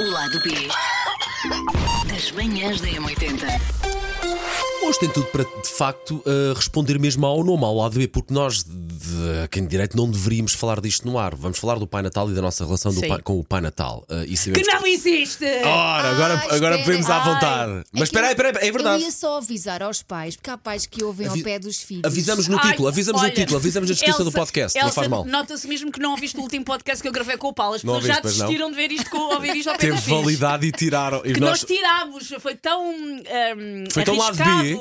O lado B das manhãs da M80. Hoje tem tudo para, de facto, eh, responder mesmo ao nome, ao lado B, porque nós, de- de quem de direito, não deveríamos falar disto no ar. Vamos falar do Pai Natal e da nossa relação do Sim. pai- com o Pai Natal. Eh, e Que sabemos não existe! Ora, agora, Ai, agora espera. podemos à Ai. vontade. Mas que espera aí, espera aí, é Eu verdade. ia só avisar aos pais, porque há pais que ouvem Avi- ao pé dos filhos. Avisamos no Ai, título, avisamos olha, no título, avisamos na descrição do Elsa- podcast. não Elsa, faz mal. Nota-se mesmo que não é ouviste o último podcast que eu gravei com o Paulo. As Não pessoas já ouviste, pois não. desistiram de ver isto, com, ouvir isto ao pé Teve dos filhos. validade e tiraram. E Que nós... tirámos. Foi tão. hum, Foi tão lado B. arriscado.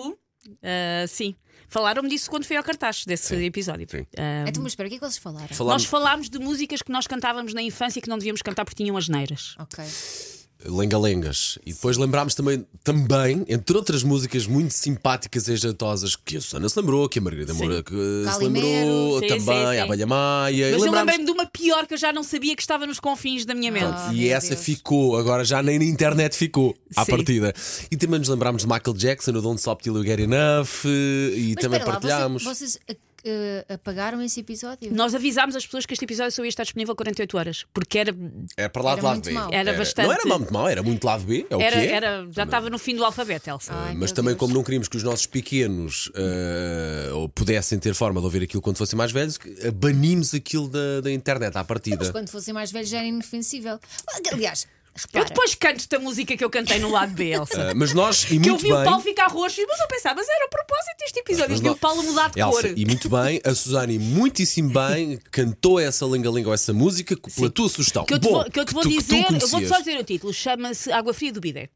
Ah, sim. Falaram-me disso quando fui ao cartaz desse episódio. Sim. Ah, Então, mas espera, o que é que vocês falaram? nós falámos falámos de músicas que nós cantávamos na infância e que não devíamos cantar porque tinham asneiras. Ok. lengalengas. E depois lembrámos também, também, entre outras músicas muito simpáticas e jantosas, que a Susana se lembrou, que a Margarida Moura que se Calimero. lembrou, Sim, também sim, sim. a Abelha Maia. Mas e eu lembrámos- lembrei-me de uma pior que eu já não sabia que estava nos confins da minha mente. Ah, e meu essa Deus. ficou, agora já nem na internet ficou à Sim. partida. E também nos lembrámos de Michael Jackson, o Don't Stop Till You Get Enough, e Mas também espera lá, partilhámos. Vocês, vocês, eh, eh, apagaram esse episódio? Nós avisámos as pessoas que este episódio só ia estar disponível 48 horas, porque era É para lá Era de lado muito B. mau. Era bastante- Não era muito mal, era muito lado B, é o Era, que é. era- já estava no fim do alfabeto, Elsa. Ai, Mas meu também, Deus. como não queríamos que os nossos pequenos eh, ou pudessem ter forma de ouvir aquilo quando fossem mais velhos, que, eh, banimos aquilo da, da internet à Mas partida. quando fossem mais velhos já era inofensível. Ah, Aliás, repara. eu depois canto-te a música que eu cantei no lado B, Elsa. Eh, mas nós, e que eu muito vi o bem. Paulo ficar roxo, mas eu pensava, mas era a propósito este episódio, Mas isto deu não- o Paulo a mudar de Elsa, cor. E muito bem, a Suzane, muitíssimo bem, cantou essa linga-linga ou essa música pela tua sugestão. Que eu te Bom, vou, que eu te vou tu- que tu dizer, eu vou-te conhecias. só dizer o título, chama-se Água Fria do Bidé.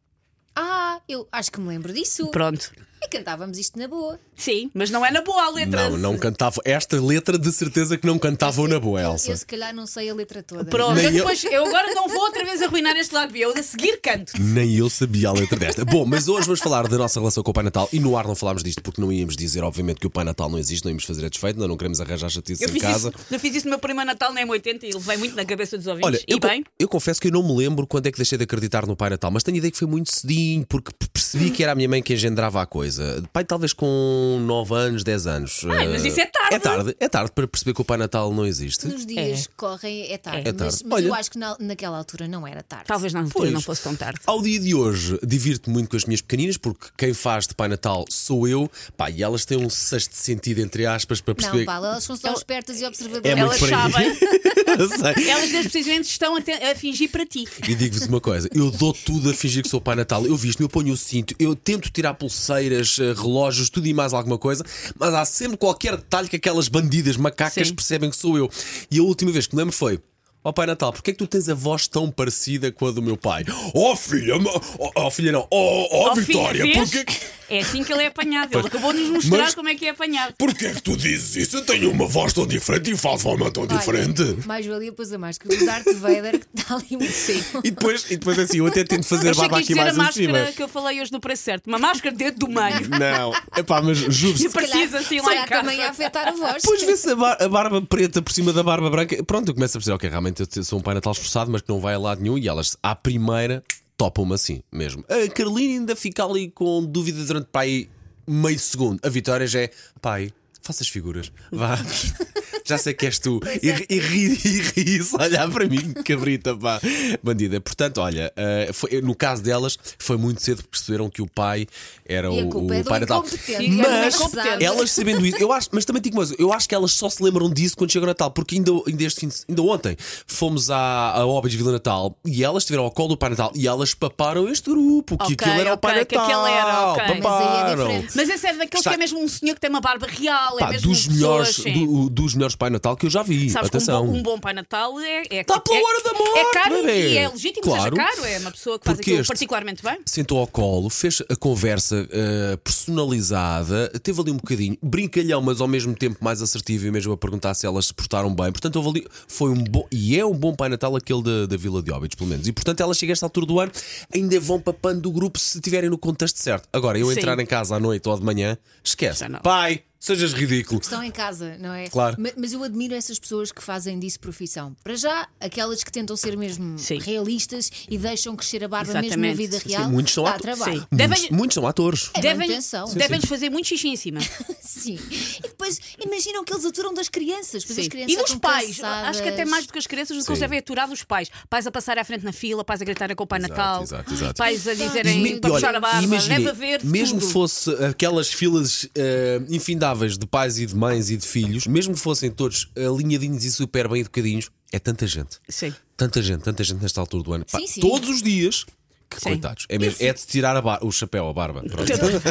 Ah, eu acho que me lembro disso. Pronto. E cantávamos isto na boa. Sim, mas não é na boa a letra. Não, não cantava. Esta letra de certeza que não cantavam na boa, Elsa. Eu, se calhar, não sei a letra toda. Pronto, Nem eu eu- depois, eu agora não vou outra vez arruinar este lado B, eu a seguir canto. Nem eu sabia a letra desta. Bom, mas hoje vamos falar da nossa relação com o Pai Natal e no ar não falámos disto porque não íamos dizer, obviamente, que o Pai Natal não existe, não íamos fazer a desfeita, não, não queremos arranjar chatice Eu em fiz, casa. isso, eu fiz isso no meu primeiro Natal na M80 e levei muito na cabeça dos ouvintes. Olha, e eu, co- bem, eu confesso que eu não me lembro quando é que deixei de acreditar no Pai Natal, mas tenho a ideia que foi muito cedinho, porque p- percebi que era a minha mãe que engendrava a coisa. Pai, talvez com 9 anos, 10 anos. Ai, mas Eh, isso é tarde. É tarde, é tarde para perceber que o Pai Natal não existe. Nos dias que correm é tarde. É tarde. Mas, mas Olha. eu acho que na- naquela altura não era tarde. talvez na altura Pois. não fosse tão tarde. Ao dia de hoje, divirto-me muito com as minhas pequeninas, porque quem faz de Pai Natal sou eu, pá, e elas têm um sexto sentido, entre aspas, para perceber. Não, Paulo, elas são só espertas e observadoras. É muito Elas por aí. sabem. Eu sei. Elas neste precisamente estão a, te- a fingir para ti. E digo-vos uma coisa, eu dou tudo a fingir que sou Pai Natal. Eu visto, eu ponho o cinto, eu tento tirar pulseiras, eh, relógios, tudo e mais alguma coisa, mas há sempre qualquer detalhe que aquelas bandidas macacas Sim. percebem que sou eu. E a última vez que me lembro foi. Ó Pai Natal, porquê é que tu tens a voz tão parecida com a do meu pai? Ó filha, ma- ó ó, filha não, ó ó, Ó, Vitória, filha, vês? porquê, É assim que ele é apanhado. Ele acabou de nos mostrar Mas- como é que é apanhado. porquê é que tu dizes isso? Eu tenho uma voz tão diferente e falo de forma tão Olha, diferente. mais valia pôs a máscara do Darth Vader que está ali um muito seco. E depois, e depois assim, eu até tento fazer Achei que barba quis aqui dizer a mais em máscara cima. que eu falei hoje no preço certo. Uma máscara dentro do meio. Não, epá, mas juro-vos. E precisa assim lá em Será casa. também a afetar a voz. Depois vê-se a, bar- a barba preta por cima da barba branca. Pronto, eu começo a perceber, ok, realmente eu te- sou um pai natal esforçado, mas que não vai a lado nenhum. E elas, à primeira, topam-me assim mesmo. A Carolina ainda fica ali com dúvida durante para aí meio segundo. A Vitória já é, pai, faça as figuras, vá. Já sei que és tu. é. E, ri- e ri, e ri se a olhar para mim, cabrita, pá. Bandida. Portanto, olha, eh, foi- no caso delas, foi muito cedo que perceberam que o pai era E a o, culpa o é do pai natal. incompetente. É Mas do incompetente. elas sabendo isso, eu acho, mas também digo mais, eu acho que elas só se lembram disso quando chega o Natal, porque ainda, ainda, este fim de- ainda ontem fomos à, à Óbidos Vila Natal e elas estiveram ao colo do Pai Natal e elas paparam este grupo, que Ok, aquilo era o Pai ok, que Natal. aquele era, ok. Mas aí é Paparam. diferente. Mas esse é daqueles Está- que é mesmo um senhor que tem uma barba real. é Pá, mesmo dos, pessoas, melhores, sim. do- dos melhores Pai Natal que eu já vi. Sabes que um Atenção. bom, um bom Pai Natal é, é, Tá pela é- hora da morte, é caro bebê. e é legítimo Claro. seja caro. É uma pessoa que faz Porque aquilo este- particularmente bem. Sentou ao colo, fez a conversa eh, personalizada, teve ali um bocadinho brincalhão, mas ao mesmo tempo mais assertivo e mesmo a perguntar se elas se portaram bem. Portanto, houve ali, foi um bom, e é um bom Pai Natal aquele da, da Vila de Óbidos, pelo menos. E portanto, elas chegam a esta altura do ano, ainda vão papando do grupo se estiverem no contexto certo. Agora, eu Sim. entrar em casa à noite ou de manhã, esquece. Já não. Pai, Sejas ridículo. Estão em casa, não é? Claro. Ma- Mas, eu admiro essas pessoas que fazem disso profissão. Para já, aquelas que tentam ser mesmo Sim. realistas e deixam crescer a barba mesmo na Exatamente. vida Sim, real. muitos são dá ato- trabalho. Sim. Muitos, Devem- muitos são atores. É Devem, manutenção. Sim, devem fazer muito xixi em cima. Sim. E depois imaginam que eles aturam das crianças, pois as Sim. crianças E dos estão pais. cansadas. Acho que até mais do que as crianças, do que eles Sim. devem aturar dos pais. Pais a passarem à frente na fila, pais a gritarem com o Pai Exato, Natal, exato, exato. pais a Exato. dizerem Me- para olha, puxar a barba, imaginem, deve haver. Mesmo tudo. fosse aquelas filas eh, infindáveis de pais e de mães e de filhos, mesmo que fossem todos alinhadinhos e super bem educadinhos, é tanta gente. Sim. Tanta gente, tanta gente nesta altura do ano. Pá, Sim, sim. Todos os dias. Que Sim. assim- coitados. É, mesmo, é de tirar a bar- o chapéu, a barba. Pronto.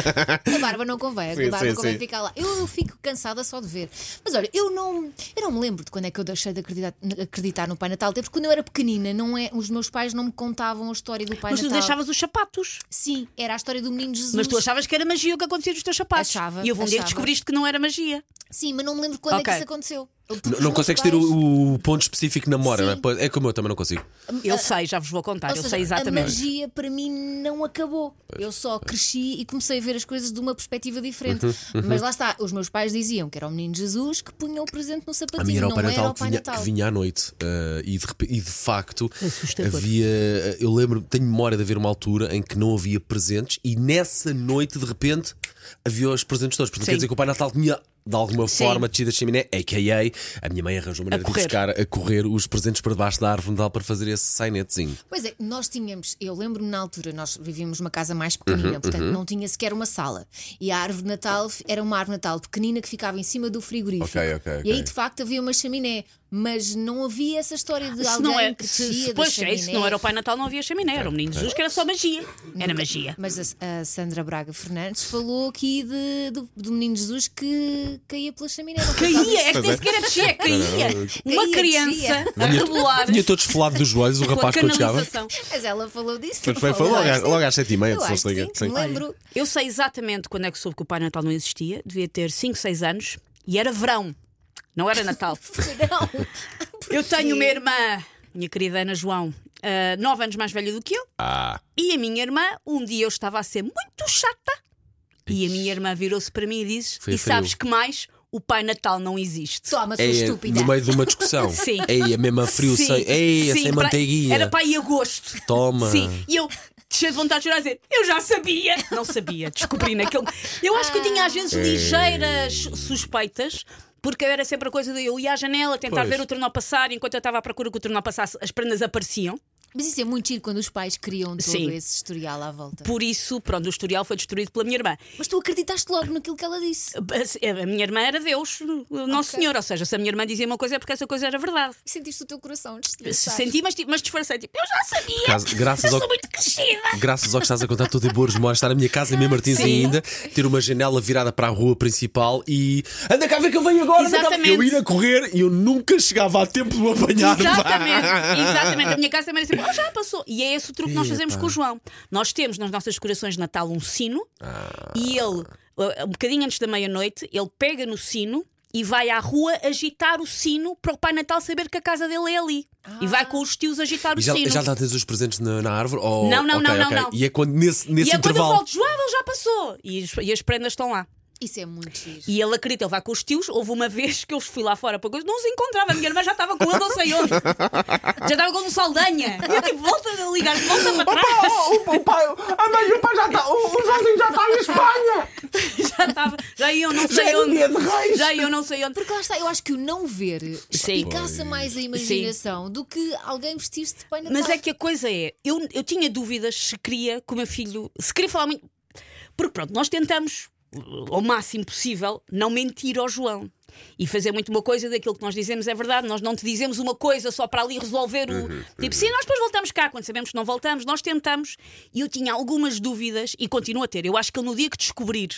A barba não convém, Sim, a barba sim, convém sim. ficar lá. Eu, eu fico cansada só de ver. Mas olha, eu não, eu não me lembro de quando é que eu deixei de acreditar, acreditar no Pai Natal, até porque quando eu era pequenina, não é, os meus pais não me contavam a história do Pai Mas tu Natal. deixavas os sapatos. Sim, era a história do menino Jesus. Mas tu achavas que era magia o que acontecia nos teus sapatos. Achava, e houve um dia que achava. descobriste que não era magia. Sim, mas não me lembro quando Ok. é que isso aconteceu. Eu- N- porque Não os consegues ter meus pais- o, o ponto específico na memória, Sim. não é? Pois, é como eu também não consigo. Eu sei, já vos vou contar, Ah, Ou eu seja, sei A exatamente. magia para mim não acabou. eu só cresci e comecei a ver as coisas de uma perspectiva diferente. Uhum, Mas lá está, os meus pais diziam que era o menino Jesus que punha o presente no A sapatinho, minha era o não Pai era Natal, o que Pai vinha, Natal. que vinha à noite eh, e, de, repe- e de facto Assustador. havia. eh, Eu lembro, tenho memória de haver uma altura em que não havia presentes e nessa noite de repente havia os presentes todos. Portanto, Sim. quer dizer que o Pai Natal tinha de alguma Sim. forma descido a chaminé, a.k.a. a minha mãe arranjou maneira de ir correr. buscar a correr os presentes para debaixo da árvore de Natal para fazer esse sainetezinho. Pois é, nós tínhamos, eu lembro-me na altura, nós vivíamos numa casa mais pequenina, Uhum, portanto não tinha sequer uma sala. E a árvore de Natal f- era uma árvore de Natal pequenina que ficava em cima do frigorífico. Ok, ok, E aí ok. de facto havia uma chaminé, mas não havia essa história de Se alguém não é, que se, descia se, da pois é, chaminé. se não era o Pai Natal, não havia chaminé, era o menino Jesus, que era só magia. Era magia. Mas a, a Sandra Braga Fernandes falou aqui de- do, do menino Jesus que caía pela chaminé. Não foi Caía, é talvez- que nem sequer descia, caía. Uma Caía, criança a rebolar Tinha todo esfolado dos joelhos, o com a rapaz quando chegava. canalização. Mas ela falou disso. Pois não foi, foi falou? logo Eu às- acho logo que- às sete e meia, eu se não acho se que liga. sim, que Sim. me lembro. Eu sei exatamente quando é que soube que o Pai Natal não existia, devia ter 5, 6 anos e era verão, não era Natal. Não. Eu tenho uma irmã, minha querida Ana João, 9 anos mais velha do que eu, Ah, E a minha irmã, um dia eu estava a ser muito chata e a minha irmã virou-se para mim e disse: Foi E frio. sabes que mais? O Pai Natal não existe. Toma, sua é, estúpida. no meio de uma discussão. É, Sim. Ei, a mesma frio Sim, sem. Ei, sim, sem pra- manteiguinha. Era para em agosto. Toma. Sim, e eu. Cheio de vontade de chorar e dizer, eu já sabia! Não sabia, descobri naquele. Eu acho que eu tinha às vezes ligeiras suspeitas, porque era sempre a coisa de eu ia à janela tentar Pois. ver o trenó passar, e enquanto eu estava à procura que o trenó passasse, as prendas apareciam. Mas isso é muito giro quando os pais criam todo Sim. esse historial à volta. Por isso, pronto, o historial foi destruído pela minha irmã. Mas tu acreditaste logo naquilo que ela disse. A a minha irmã era Deus, o Nosso Senhor. Ou seja, se a minha irmã dizia uma coisa é porque essa coisa era verdade. E sentiste o teu coração Se destressar. Senti, mas, ti- mas disfarcei. Tipo, eu já sabia! Caso- graças eu ao- sou muito crescida! Graças ao que estás a contar, estou de boas memórias. Estar na minha casa em Mem Martins ainda, ter uma janela virada para a rua principal e. Anda cá, vê que eu venho agora! anda cá. Exatamente. Eu ia correr e eu nunca chegava a tempo de o apanhar. Exatamente, exatamente. A minha casa também era sempre, "Oh, já passou. E é esse o truque que nós fazemos com o João. Nós temos nas nossas decorações de Natal um sino Ah. e ele, uh, um bocadinho antes da meia-noite, ele pega no sino. E vai à rua agitar o sino para o Pai Natal saber que a casa dele é ali. E vai com os tios agitar o E já, sino. já lá tens os presentes na, na árvore? Ou... Não, não, Ok, não, não, ok. não. E é quando nesse, nesse E é quando eu intervalo. volto, João, ele já passou. E, as- e as prendas estão lá. Isso é muito giro. E ele acredita, ele vai com os tios. Houve uma vez que eu fui lá fora para coisa, não os encontrava, a minha irmã já estava com ele, não sei onde. Já estava com um saldanha. E eu tipo, volta a ligar, volta para trás. o, o pai, a mãe e o pai já está, o, o Jorginho já está em Espanha. Já estava, já iam, não Já sei é um dia onde. de reis. Já iam, não sei onde. Porque lá está, eu acho que o não ver Sim. picaça mais a imaginação do que alguém vestir-se de Pai Natal. Mas é que a coisa é, eu, eu tinha dúvidas se queria que o meu filho, se queria falar muito. Porque pronto, nós tentamos uh, ao máximo possível não mentir ao João e fazer muito uma coisa daquilo que nós dizemos é verdade. Nós não te dizemos uma coisa só para ali resolver o. Uhum, tipo, sim, nós depois voltamos cá. Quando sabemos que não voltamos, nós tentamos. E eu tinha algumas dúvidas e continuo a ter. Eu acho que ele no dia que descobrir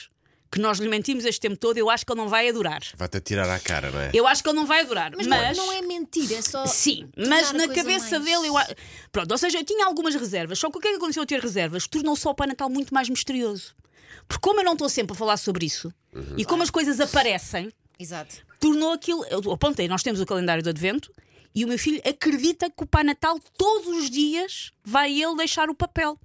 que nós lhe mentimos este tempo todo, eu acho que ele não vai adorar. Vai-te tirar à cara, não é? Eu acho que ele não vai adorar. Mas, Mas, não- não, é mentira, é só. Sim, tornar mas a na coisa cabeça mais- dele eu. a- Pronto, ou seja, eu tinha algumas reservas, só que o que é que aconteceu a ter reservas? Tornou-se o Pai Natal muito mais misterioso. Porque como eu não estou sempre a falar sobre isso e como as coisas aparecem, Exato. tornou aquilo. Eu apontei, nós temos o calendário do Advento e o meu filho acredita que o Pai Natal todos os dias vai ele deixar o papel.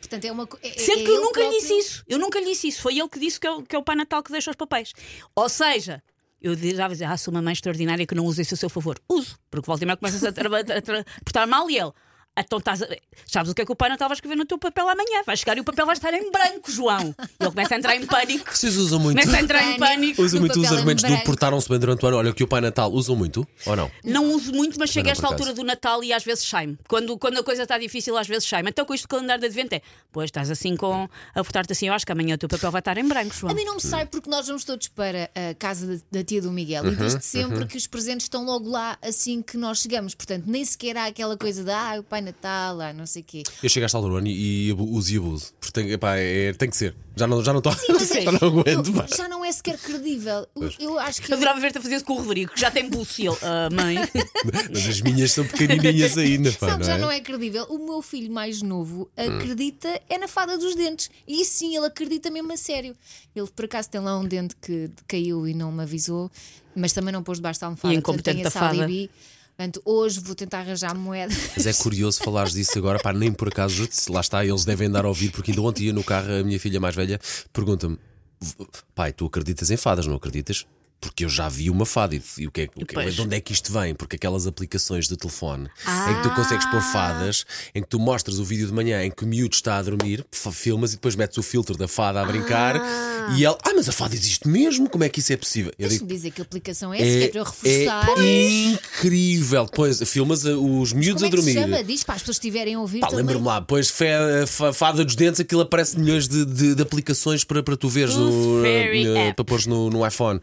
Portanto, é uma co- é- é- Sendo é que eu ele nunca lhe disse próprio- isso. Eu nunca lhe disse isso. Foi ele que disse que é o, que é o Pai Natal que deixa os papéis. Ou seja, eu já vou dizer, ah, sou uma mãe extraordinária que não usa isso a seu favor. Uso, porque volta e meia começas a, tra- a tra- portar mal e ele. "Ah, Então estás a... sabes o que é que o Pai Natal vai escrever no teu papel amanhã? Vai chegar e o papel vai estar em branco, João. Ele começa a entrar em pânico. Vocês usam muito. Começa a entrar é em pânico. Usam No muito os papel em argumentos do branco. portaram-se bem durante o ano. Olha, que o Pai Natal usam muito, ou não? Não uso muito, mas chego não, a esta por altura acaso. do Natal e às vezes sai-me. Quando, quando a coisa está difícil, às vezes sai-me. Então com isto do calendário de advento é, pois estás assim com. a portar-te assim, eu acho que amanhã o teu papel vai estar em branco, João. A mim não me sai porque nós vamos todos para a casa da, da tia do Miguel Uhum, e desde sempre que os presentes estão logo lá assim que nós chegamos. Portanto, nem sequer há aquela coisa de ah, o Pai Natal, ah, não sei o quê. Eu chego a esta altura do ano e, e abu- uso e abuso. Porque tem, epá, é- tem que ser. Já não, já não, tô, já Então não aguento. Eu- pá. já não é sequer credível. Eu, eu acho que. Eu adorava ver-te a fazer isso com o Rodrigo, que já tem pulso e ele, "Ah, mãe. Mas as minhas são pequenininhas ainda. Pá, Hum. Sabe, já não é credível. O meu filho mais novo acredita é na fada dos dentes. E sim, ele acredita mesmo a sério. Ele por acaso tem lá um dente que caiu e não me avisou, mas também não pôs debaixo da almofada. E portanto, tem incompetente esse da fada. alibi. Portanto, hoje vou tentar arranjar moeda. Mas é curioso falares disso agora, pá, nem por acaso, juro-te, lá está, eles devem dar a ouvir, porque ainda ontem ia no carro, a minha filha mais velha pergunta-me: "V- pai, tu acreditas em fadas, não acreditas? Porque eu já vi uma fada e, e o que é, o que é- Pois. de onde é que isto vem? Porque aquelas aplicações de telefone em que tu consegues Ah. pôr fadas, em que tu mostras o vídeo de manhã em que o miúdo está a dormir, f- filmas e depois metes o filtro da fada a brincar e ela, ah, mas a fada existe mesmo? Como é que isso é possível? Eu digo, é Deixa-me dizer que aplicação é essa, que é para eu reforçar. é incrível. Pois, filmas eh, os miúdos Como a é que se dormir. chama? Diz para as pessoas que estiverem a ouvir Pá, também. lembro-me lá, pois fe- fa- fada dos dentes, aquilo aparece milhões de, de- de aplicações para, para tu veres no, Tooth Fairy eh, app. para pôres no, no iPhone.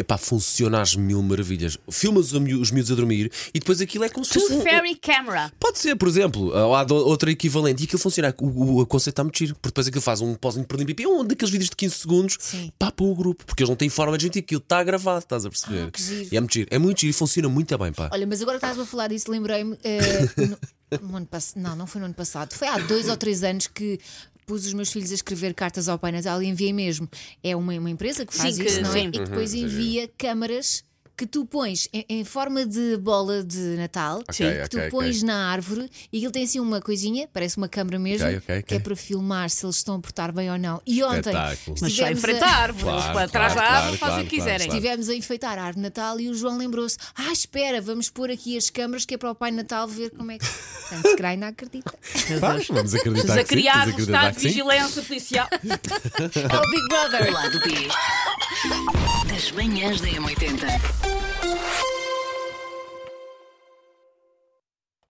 Epá, funciona às mil maravilhas. Filmas os miú- os miúdos a dormir e depois aquilo é como se fosse. um- Tooth Fairy Camera. Pode ser, por exemplo, ou há do- outra equivalente e aquilo funciona. O, o- o conceito está muito giro, porque depois aquilo faz um pozinho por limpo e é um daqueles vídeos de 15 segundos Sim. pá para o grupo, porque eles não têm forma de gente e aquilo está gravado, estás a perceber? que giro. E é muito giro, é muito giro e funciona muito bem, pá. Olha, mas agora que estás a falar disso, lembrei-me. eh, no, no ano pass- Não, não foi no ano passado. Foi há dois ou três anos que pus os meus filhos a escrever cartas ao Pai Natal e enviei mesmo. É uma, uma empresa que faz Sim, que- isso, não é? sim. E depois Uhum, envia câmaras. Que tu pões em, em forma de bola de Natal, Ok, que tu ok, pões ok. na árvore e ele tem assim uma coisinha, parece uma câmara mesmo, Ok, ok, que é ok. para filmar se eles estão a portar bem ou não. E ontem Espetáculo. Mas já estivemos a- enfrenta a árvore, Claro, eles claro, atrás da claro, árvore fazem o claro, que quiserem. claro, Estivemos a enfeitar a árvore de Natal e o João lembrou-se: Ah, espera, vamos pôr aqui as câmaras que é para o Pai Natal ver como é que. Portanto, se calhar ainda acredita. Pá, vamos acreditar que sim, Desacriado, vamos acreditar um estado que de sim. vigilância policial. É o Big Brother! Lado B das manhãs da M80.